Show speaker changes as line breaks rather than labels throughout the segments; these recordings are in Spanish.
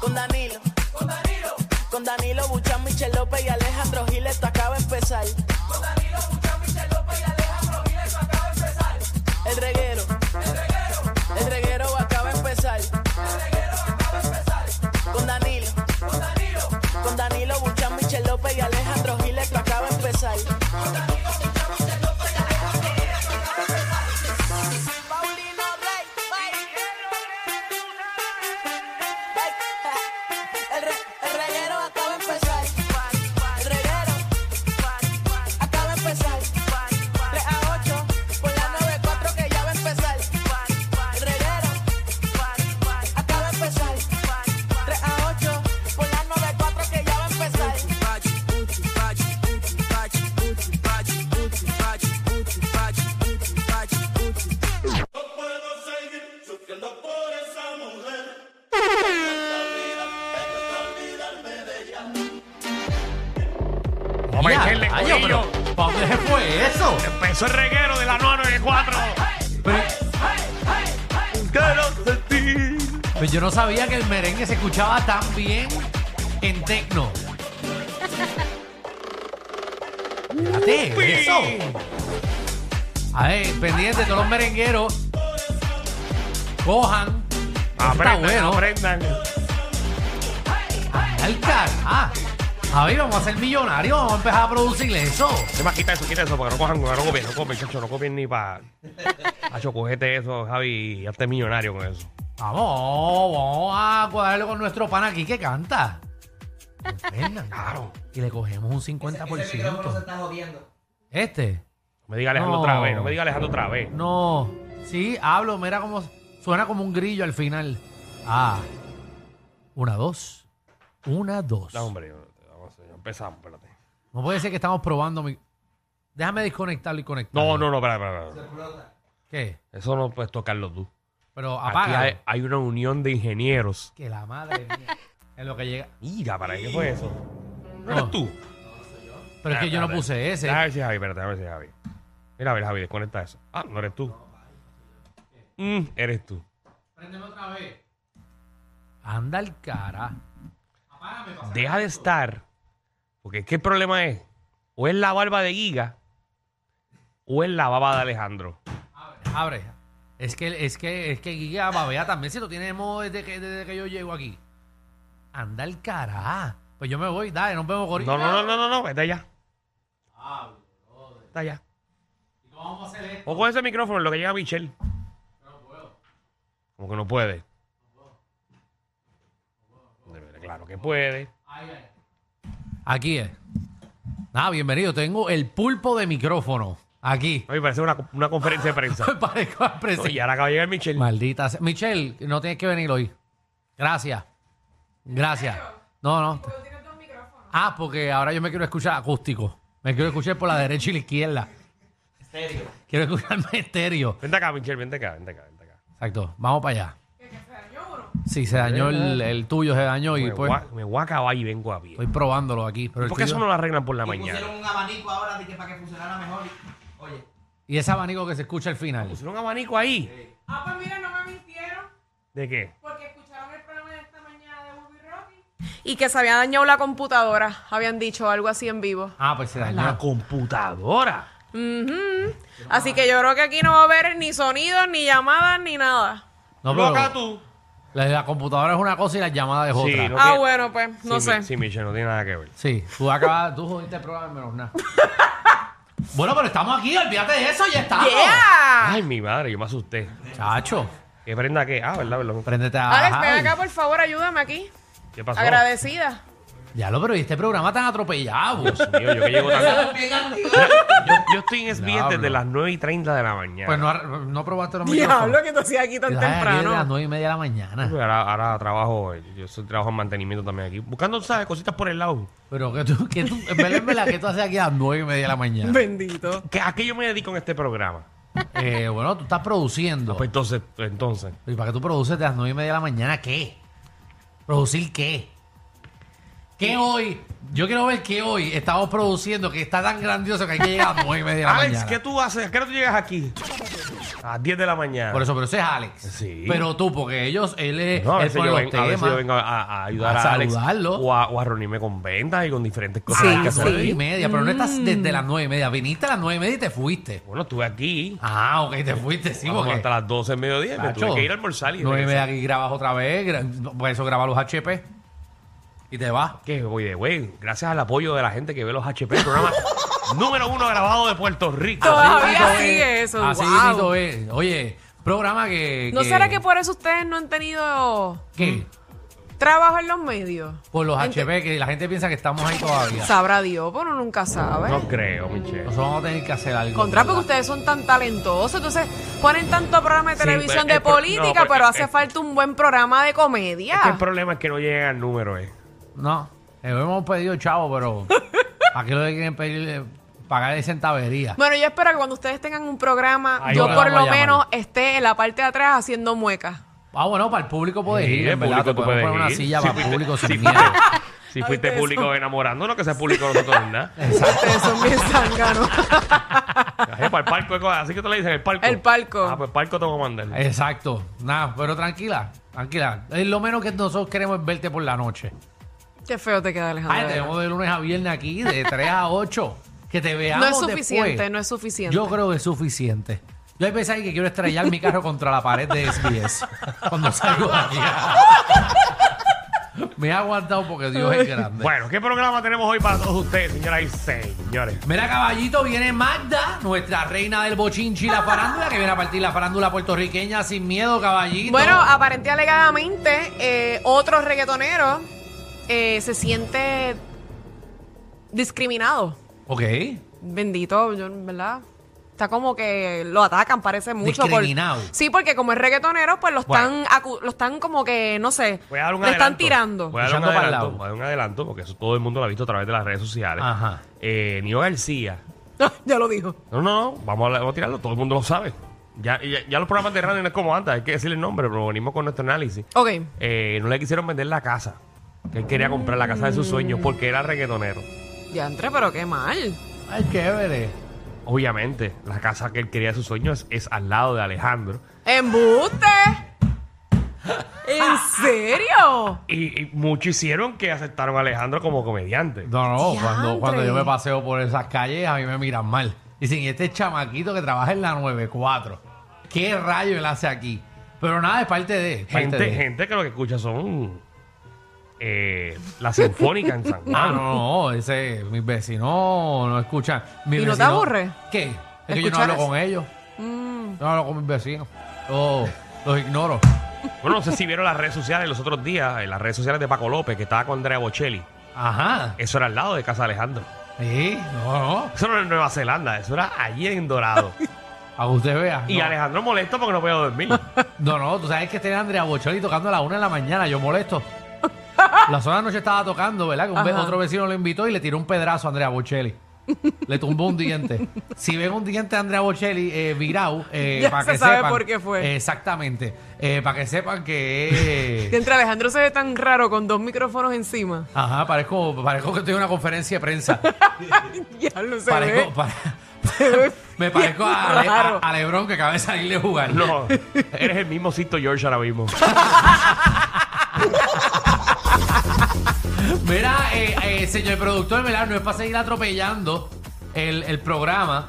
con Danilo, con Danilo, con Danilo Buchan, Michel López y Alejandro Gil, esto acaba de empezar. Con Danilo Buchan, Michel López y Alejandro Gil, esto acaba de empezar. El reguero, el reguero, el reguero acaba de empezar. El reguero acaba de empezar. Con Danilo, con Danilo, con Danilo Buchan, Michel López y Alejandro Gil, esto acaba de empezar. Con Danilo Buchan, Michel López y Alejandro Gil, esto acaba de empezar. Paulino Rey, El, re- el reguero acaba de empezar. El reguero acaba de empezar. 3 a 8 por la 94 que ya va a empezar. El reguero acaba de empezar. 3 a 8 por la 94 que ya va a empezar.
Vamos a meterle
rayo,
corillo.
pero, ¿Para dónde fue eso?
Empezó el reguero de la 994.
Pero, pero Pues yo no sabía que el merengue se escuchaba tan bien en tecno. Fíjate, eso. A ver, pendiente, todos los merengueros. Cojan. Eso está
Aprendan,
bueno.
aprendan.
Al car- Ah, Javi, vamos a ser millonarios. Vamos a empezar a producir eso.
Se más quita eso, quita eso, para que no cojan, no copien, no copien, chacho, no copien ni para. Hacho, cogete eso, Javi, y hazte millonario con eso.
Vamos, vamos a cuadrarlo con nuestro pan aquí que canta. Vengan.
Claro.
Y le cogemos un 50%. Este.
No me diga Alejandro
No.
otra vez, no me diga Alejandro otra vez.
No. Sí, hablo. Mira cómo suena como un grillo al final. Ah. Una, dos. Una, dos.
No, hombre, vamos, a- empezamos, espérate.
No puede ser que estamos probando mi... Déjame desconectarlo y
No,
conectarlo.
no, no, espérate, espérate, espérate.
¿Qué?
Eso no puedes tocarlo tú.
Pero
Aquí
apaga.
hay, hay una unión de ingenieros.
Que la madre mía. En lo que llega.
Mira, ¿para qué fue eso? ¿No
No.
eres tú?
Pero es que yo no puse ese.
A ver si Javi, espérate, a ver si Javi. Mira, a ver, Javi, desconecta eso. Ah, no eres tú. Mm, eres tú.
Préndeme otra vez. Anda el cara.
Deja de estar. Porque es que el problema es, o es la barba de Giga, o es la baba de Alejandro.
Abre. Es que, es que, es que Giga babea también si lo tenemos desde que, desde que yo llego aquí. Anda el cara. Pues yo me voy, dale, nos vemos gorila.
No, no, no, no, no, no, vete allá. Está allá.
Vamos a hacer esto.
O con ese micrófono, en lo que llega Michelle. Como que no puede. Claro que puede.
Aquí es. Nada, bienvenido. Tengo el pulpo de micrófono. Aquí.
A mí me parece una, una conferencia de prensa.
Parezco al presidente.
Y ahora acaba de llegar Michelle.
Maldita sea. Michelle, no tienes que venir hoy. Gracias. Gracias. No, no. Ah, porque ahora yo me quiero escuchar acústico. Me quiero escuchar por la derecha y la izquierda. Quiero escucharme estéreo.
Vente acá, Michelle, vente acá, vente acá, vente acá.
Exacto. Vamos para allá. Sí, se dañó el, el tuyo, se dañó y
Me,
pues
voy a- me voy a acabar y vengo a pie.
estoy probándolo aquí. Pero el
¿Por qué
tuyo-
eso no lo arreglan por la
Y pusieron
mañana?
un abanico ahora de que para que funcionara mejor. Oye,
Y ese abanico que se escucha al final.
Pusieron un abanico ahí.
Ah, pues mira, no me mintieron
¿De qué?
porque escucharon el programa de esta mañana de Bobby Rocky.
Y que se había dañado la computadora, habían dicho algo así en vivo.
Ah, pues se dañó.
La computadora.
Ujú. Así que yo creo que aquí no va a haber ni sonido, ni llamadas, ni nada.
No, pero
Loca tú.
la, la computadora es una cosa y la llamada es
Sí,
otra.
no.
Ah,
que-
bueno, pues, no
Sí,
sé.
mi- Sí, Michelle, no tiene nada que ver.
Sí, tú acabas, tú jodiste el programa menos nada. bueno, pero estamos aquí, olvídate de eso, ya estamos.
¡Yeah!
Ay, mi madre, yo me asusté.
Chacho,
¿Qué prenda qué? Ah, ¿verdad? verdad?
préndete a
Alex, ven
Javi.
acá, por favor, ayúdame aquí.
¿Qué pasó?
Agradecida.
Ya lo, pero ¿y este programa tan atropellado.
Dios mío, yo que llego tan... Mira, yo, yo estoy en SBS desde
Diablo.
las 9 y 30 de la mañana.
Pues no, ar- no probaste los
Diablo,
micrófonos.
que tú hacías aquí tan
Ay, aquí de las
temprano.
nueve y media de la mañana.
Ahora, ahora trabajo, eh, yo soy- trabajo en mantenimiento también aquí. Buscando, ¿sabes? Cositas por el lado.
Pero que tú, que tú, en verdad, en verdad, que tú haces aquí a las nueve y media de la mañana.
Bendito.
¿Qué- ¿A qué yo me dedico en este programa?
Eh, bueno, tú estás produciendo.
Pues entonces, entonces.
¿Y para qué tú produces de las nueve y media de la mañana qué? ¿Producir qué? ¿Qué hoy? Yo quiero ver qué hoy estamos produciendo que está tan grandioso que hay que llegar a las nueve y media de la
Alex,
mañana.
¿qué tú haces? ¿A qué hora tú llegas aquí? A las 10 de la mañana.
Por eso, pero ese es Alex.
Sí.
Pero tú, porque ellos, él es
No, a
él
veces,
pone
yo
los
vengo, a veces
temas.
yo vengo a, a ayudar
A
a, Alex
saludarlo.
o a, o a reunirme con ventas y con diferentes cosas.
Sí,
que hay que
a las
hacer.
nueve y media, pero no
Mm.
estás desde las nueve y media. Viniste a las nueve y media y te fuiste.
Bueno, estuve aquí
Ah, ok, te fuiste, sí,
vamos
porque...
hasta las 12 del mediodía. y Me
Nacho,
tuve que ir a almorzar y
nueve y media
regresar.
aquí grabas otra vez, gra- por eso grabas los HP y te vas.
Que voy de güey. Gracias al apoyo de la gente que ve los HP, el programa número uno grabado de Puerto Rico.
Todavía
Así
sigue
es.
eso.
Así
wow.
mismito es. Oye, programa que...
¿No será que por eso ustedes no han tenido
que
trabajo en los medios?
por los
Ente-
HP, que la gente piensa que estamos ahí todavía.
Sabrá Dios, pero uno nunca sabe.
No creo, Michelle.
Nosotros vamos a tener que hacer algo.
Contra,
¿verdad?
porque ustedes son tan talentosos, entonces ponen tanto programa de
Sí,
televisión
pero-
de
eh, pero-
política,
no,
pero,
pero-
hace
eh,
falta un buen programa de comedia.
Es que el problema es que no llegan al número, eh.
No, le hemos pedido chavo, pero ¿para qué lo quieren pedirle? Pagar de centavería.
Bueno, yo espero que cuando ustedes tengan un programa,
Ahí
yo
va.
por
Vamos
lo
a llamar.
menos esté en la parte de atrás haciendo muecas.
Ah, bueno, para el público puedes
Sí,
ir.
el
en verdad,
público
te
tú
podemos
puedes
poner una
ir.
silla
Sí,
para
fuiste-
público
sí,
sin miedo.
Si
Ay,
fuiste
ustedes
público
son-
enamorándonos, que sea público nosotros, ¿verdad?
Exacto.
Ustedes son bien zánganos.
Cajé para el palco, de cosas. así que tú le dices el palco.
El palco.
Ah, pues palco tengo que mandar.
Exacto. Nada, pero tranquila, tranquila. Eh, Lo menos que nosotros queremos es verte por la noche.
Qué feo te queda,
Ay,
Alejandro. de verdad.
tenemos de lunes a viernes aquí, de 3 a 8. Que te
no
veamos
es suficiente,
después.
no es suficiente.
Yo creo que es suficiente. Yo hay veces ahí que quiero estrellar mi carro contra la pared de SBS cuando salgo de aquí. Me ha aguantado porque Dios es grande.
Bueno, ¿qué programa tenemos hoy para todos ustedes, señoras y señores?
Mira, caballito, viene Magda, nuestra reina del bochinchi y la farándula, que viene a partir la farándula puertorriqueña sin miedo, caballito.
Bueno, aparente y alegadamente, eh, otro reggaetonero eh, se siente discriminado.
ok.
Bendito, yo, ¿verdad? Está como que lo atacan, parece mucho. por-
Discriminado.
sí, porque como es reggaetonero, pues lo
Bueno.
están, acu- lo están como que, no sé,
Voy a dar un
lo
adelanto.
están tirando.
Voy a dar un
Echando para el
adelanto,
lado.
voy a dar un adelanto, porque eso todo el mundo lo ha visto a través de las redes sociales.
Ajá.
Eh, Nio García.
ya lo dijo.
No, no, no, vamos a, vamos a tirarlo, todo el mundo lo sabe. Ya, ya, ya los programas de radio no es como antes, hay que decirle el nombre, pero venimos con nuestro análisis.
Ok.
Eh, no le quisieron vender la casa, que él quería comprar la casa de sus sueños porque era reggaetonero.
Ya entré, pero qué mal.
Ay, chévere.
Obviamente, la casa que él quería de sus sueños es, es al lado de Alejandro.
¡Embuste! ¿En serio?
Y, y muchos hicieron que aceptaron a Alejandro como comediante.
No, no, cuando,
Diantre.
cuando yo me paseo por esas calles a mí me miran mal. Dicen, "¿Y este chamaquito que trabaja en la 94, ¿qué rayo él hace aquí? Pero nada, es parte de... es parte
Gente,
de.
gente que lo que escucha son eh, la Sinfónica en San
Ah,
Juan.
no, no, ese, mis vecinos no escuchan. Mis
¿Y no te
vecinos-
aburre?
¿Qué? Es que yo no
¿Escuchar
hablo
eso? Mm.
con ellos. Yo no hablo con mis vecinos. Yo los ignoro.
Bueno, no sé si vieron las redes sociales los otros días, en las redes sociales de Paco López, que estaba con Andrea Bocelli.
Ajá.
Eso era al lado de Casa Alejandro.
Sí, no, no.
Eso no era en Nueva Zelanda, eso era allí en Dorado.
A que usted vea.
y
no.
Alejandro molesto porque no podía dormir.
No, no, tú sabes que tenía Andrea Bocelli tocando a la una de la mañana, yo molesto. La sola noche estaba tocando, ¿verdad? Que un ve-
Ajá.
otro vecino lo invitó y le tiró un pedrazo a Andrea Bocelli. Le tumbó un diente. Si ven un diente de Andrea Bocelli eh, virado, eh,
Ya
para
se
que
sabe
sepan.
por qué fue.
Exactamente. Eh, para que sepan que. eh,
Entre Alejandro se ve tan raro con dos micrófonos encima.
ajá, parezco, parezco que estoy en una conferencia de prensa.
Ya lo se
Parezco,
ve.
pare-
se ve
me parezco a, Le- a-
raro.
a Lebron que acaba de salir de jugar.
No, eres el mismo Cito George ahora mismo.
Mira, eh, eh, señor productor, ¿verdad? no es para seguir atropellando el, el programa,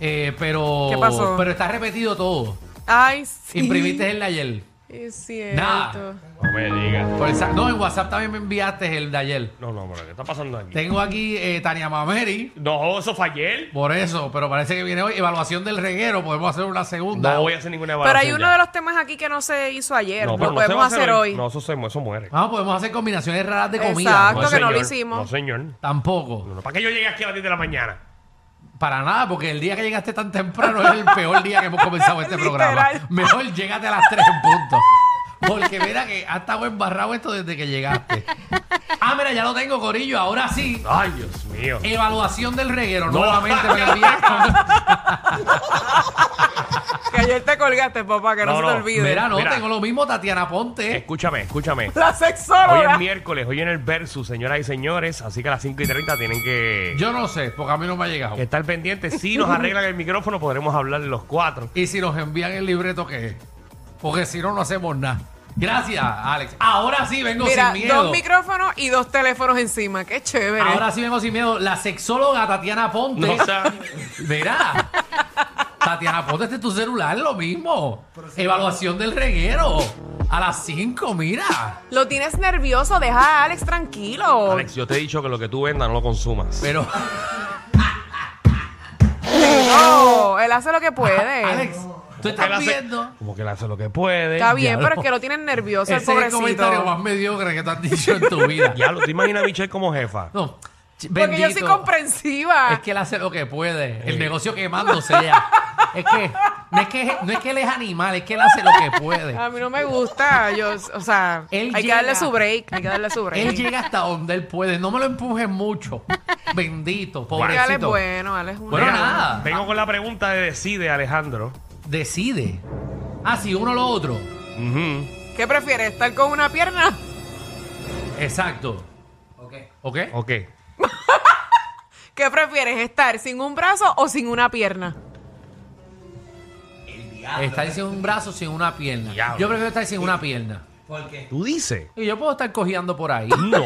eh, pero,
¿Qué pasó?
pero está repetido todo.
Ay, sí.
Imprimiste el de ayer.
Es cierto.
Nada.
No me digas.
Por el sa- no, en WhatsApp también me enviaste el de ayer.
No, no, pero ¿qué está pasando aquí?
Tengo aquí eh, Tania Mameri,
No, eso fue ayer.
por eso, pero parece que viene hoy. Evaluación del reguero, podemos hacer una segunda.
No voy a hacer ninguna
Pero
evaluación.
hay uno de los temas aquí que no se hizo ayer.
No,
lo
pero no se
podemos
va a
hacer hoy.
No, eso, se, mu- eso muere.
Vamos, Ah, podemos hacer combinaciones raras de comida.
Exacto, que no
señor.
lo hicimos.
No, señor.
Tampoco.
No, no, ¿Para qué yo llegué aquí a las 10 de la mañana?
Para nada, porque el día que llegaste tan temprano es el peor día que hemos comenzado este programa.
Literal.
Mejor llégate a las 3 en punto. Porque mira que ha estado embarrado esto desde que llegaste. Ah, mira, ya lo tengo, Corillo. Ahora sí.
Ay, Dios mío.
Eh,
Evaluación del reguero.
No.
Nuevamente me enviaron.
Que ayer te colgaste, papá, que no,
No,
se te
no,
olvide.
Mira, no,
Mira.
tengo lo mismo, Tatiana
eh.
Ponte.
Escúchame, escúchame.
La
Hoy es
sexóloga.
miércoles, hoy en el Versus, señoras y señores. Así que a las 5 y 30 tienen que,
Yo no sé, porque a mí no me ha llegado.
que estar pendientes. Si nos arreglan el micrófono, podremos hablar los cuatro.
Y si nos envían el libreto, ¿qué es? Porque si no, no hacemos nada. Gracias, Alex. Ahora sí vengo
Mira,
sin miedo.
dos micrófonos y dos teléfonos encima. Qué chévere.
Ahora sí vengo sin miedo. La sexóloga Tatiana Ponte.
No, o sea,
Mira, Tatiana, ponte este tu celular, lo mismo. Evaluación del reguero. A las 5, mira.
Lo tienes nervioso, deja a Alex tranquilo.
Alex, yo te he dicho que lo que tú vendas no lo consumas.
Pero,
No, él hace lo que puede.
Alex, tú
Él
estás
hace-
viendo.
Como que él hace lo que puede.
Está bien,
Diablo.
pero es que lo tienes nervioso,
Ese
el
es el comentario
pobrecito.
más mediocre que te has dicho en tu vida.
Diablo, ¿te imaginas a Michelle como jefa?
No, ch-
Porque yo soy
bendito.
comprensiva.
Es que él hace lo que puede. El
Sí.
negocio quemándose ya. Es que no es que, no es que él es animal, es que él hace lo que puede.
A mí no me gusta. Yo, o sea, hay
Él
que
llega-
darle su break. Hay que darle su break.
Él llega hasta donde él puede. No me lo empujes mucho. Bendito,
Porque Alex es
pobrecito.
bueno, Alex es un
Bueno,
león.
nada.
Vengo con la pregunta de decide, Alejandro.
decide. Ah, sí, uno o lo otro.
Ujú.
¿Qué prefieres, estar con una pierna?
Exacto. ¿Ok?
Ok.
¿Qué prefieres, estar sin un brazo o sin una pierna?
Estar sin un brazo, sin una pierna.
Diablo.
Yo prefiero estar sin una pierna.
¿Tú dices?
Y yo puedo estar cojeando por ahí.
No.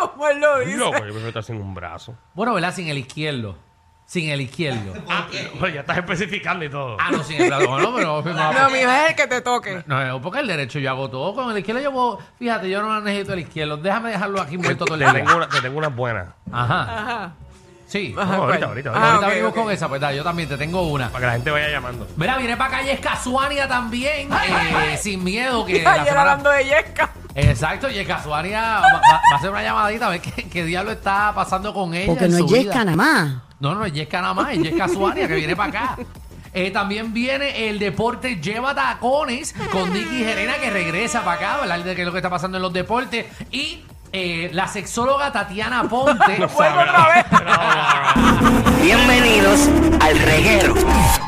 Como él lo dice.
No, pero yo prefiero estar sin un brazo.
Bueno, ¿verdad? Sin el izquierdo. Sin el izquierdo.
Ah, pero ya estás especificando y todo.
Ah, no, sin el brazo. No, pero no,
No,
no,
mi hijo es el que te toque.
no, porque el derecho yo hago todo. Con el izquierdo yo puedo. Fíjate, yo no necesito el izquierdo. Déjame dejarlo aquí muerto todo el
Te tengo
día.
una, te tengo una buena.
Ajá.
Ajá.
Sí.
Ajá,
ahorita,
¿cuál?
ahorita, ahorita.
Ah,
Ahorita
ok,
venimos
ok.
con esa, pues dale, yo también te tengo una.
Para que la gente vaya llamando.
Mira, viene para calle Escazuania también. eh, Sin miedo que. la
Ayer
semana-
hablando de Yesca.
Exacto, y Casuaria va, va- va a hacer una llamadita a ver qué, qué diablo está pasando con ella.
Porque
en
no
su
es Yesca
vida.
nada más.
No, no es Yesca nada más, es Yesca Suania que viene para acá. Eh, también viene el deporte Lleva Tacones con Nicky Gerena que regresa para acá, hablar de qué es lo que está pasando en los deportes. Y eh, la sexóloga Tatiana Ponte. Ah,
Vuelvo otra vez.
Bienvenidos al reguero.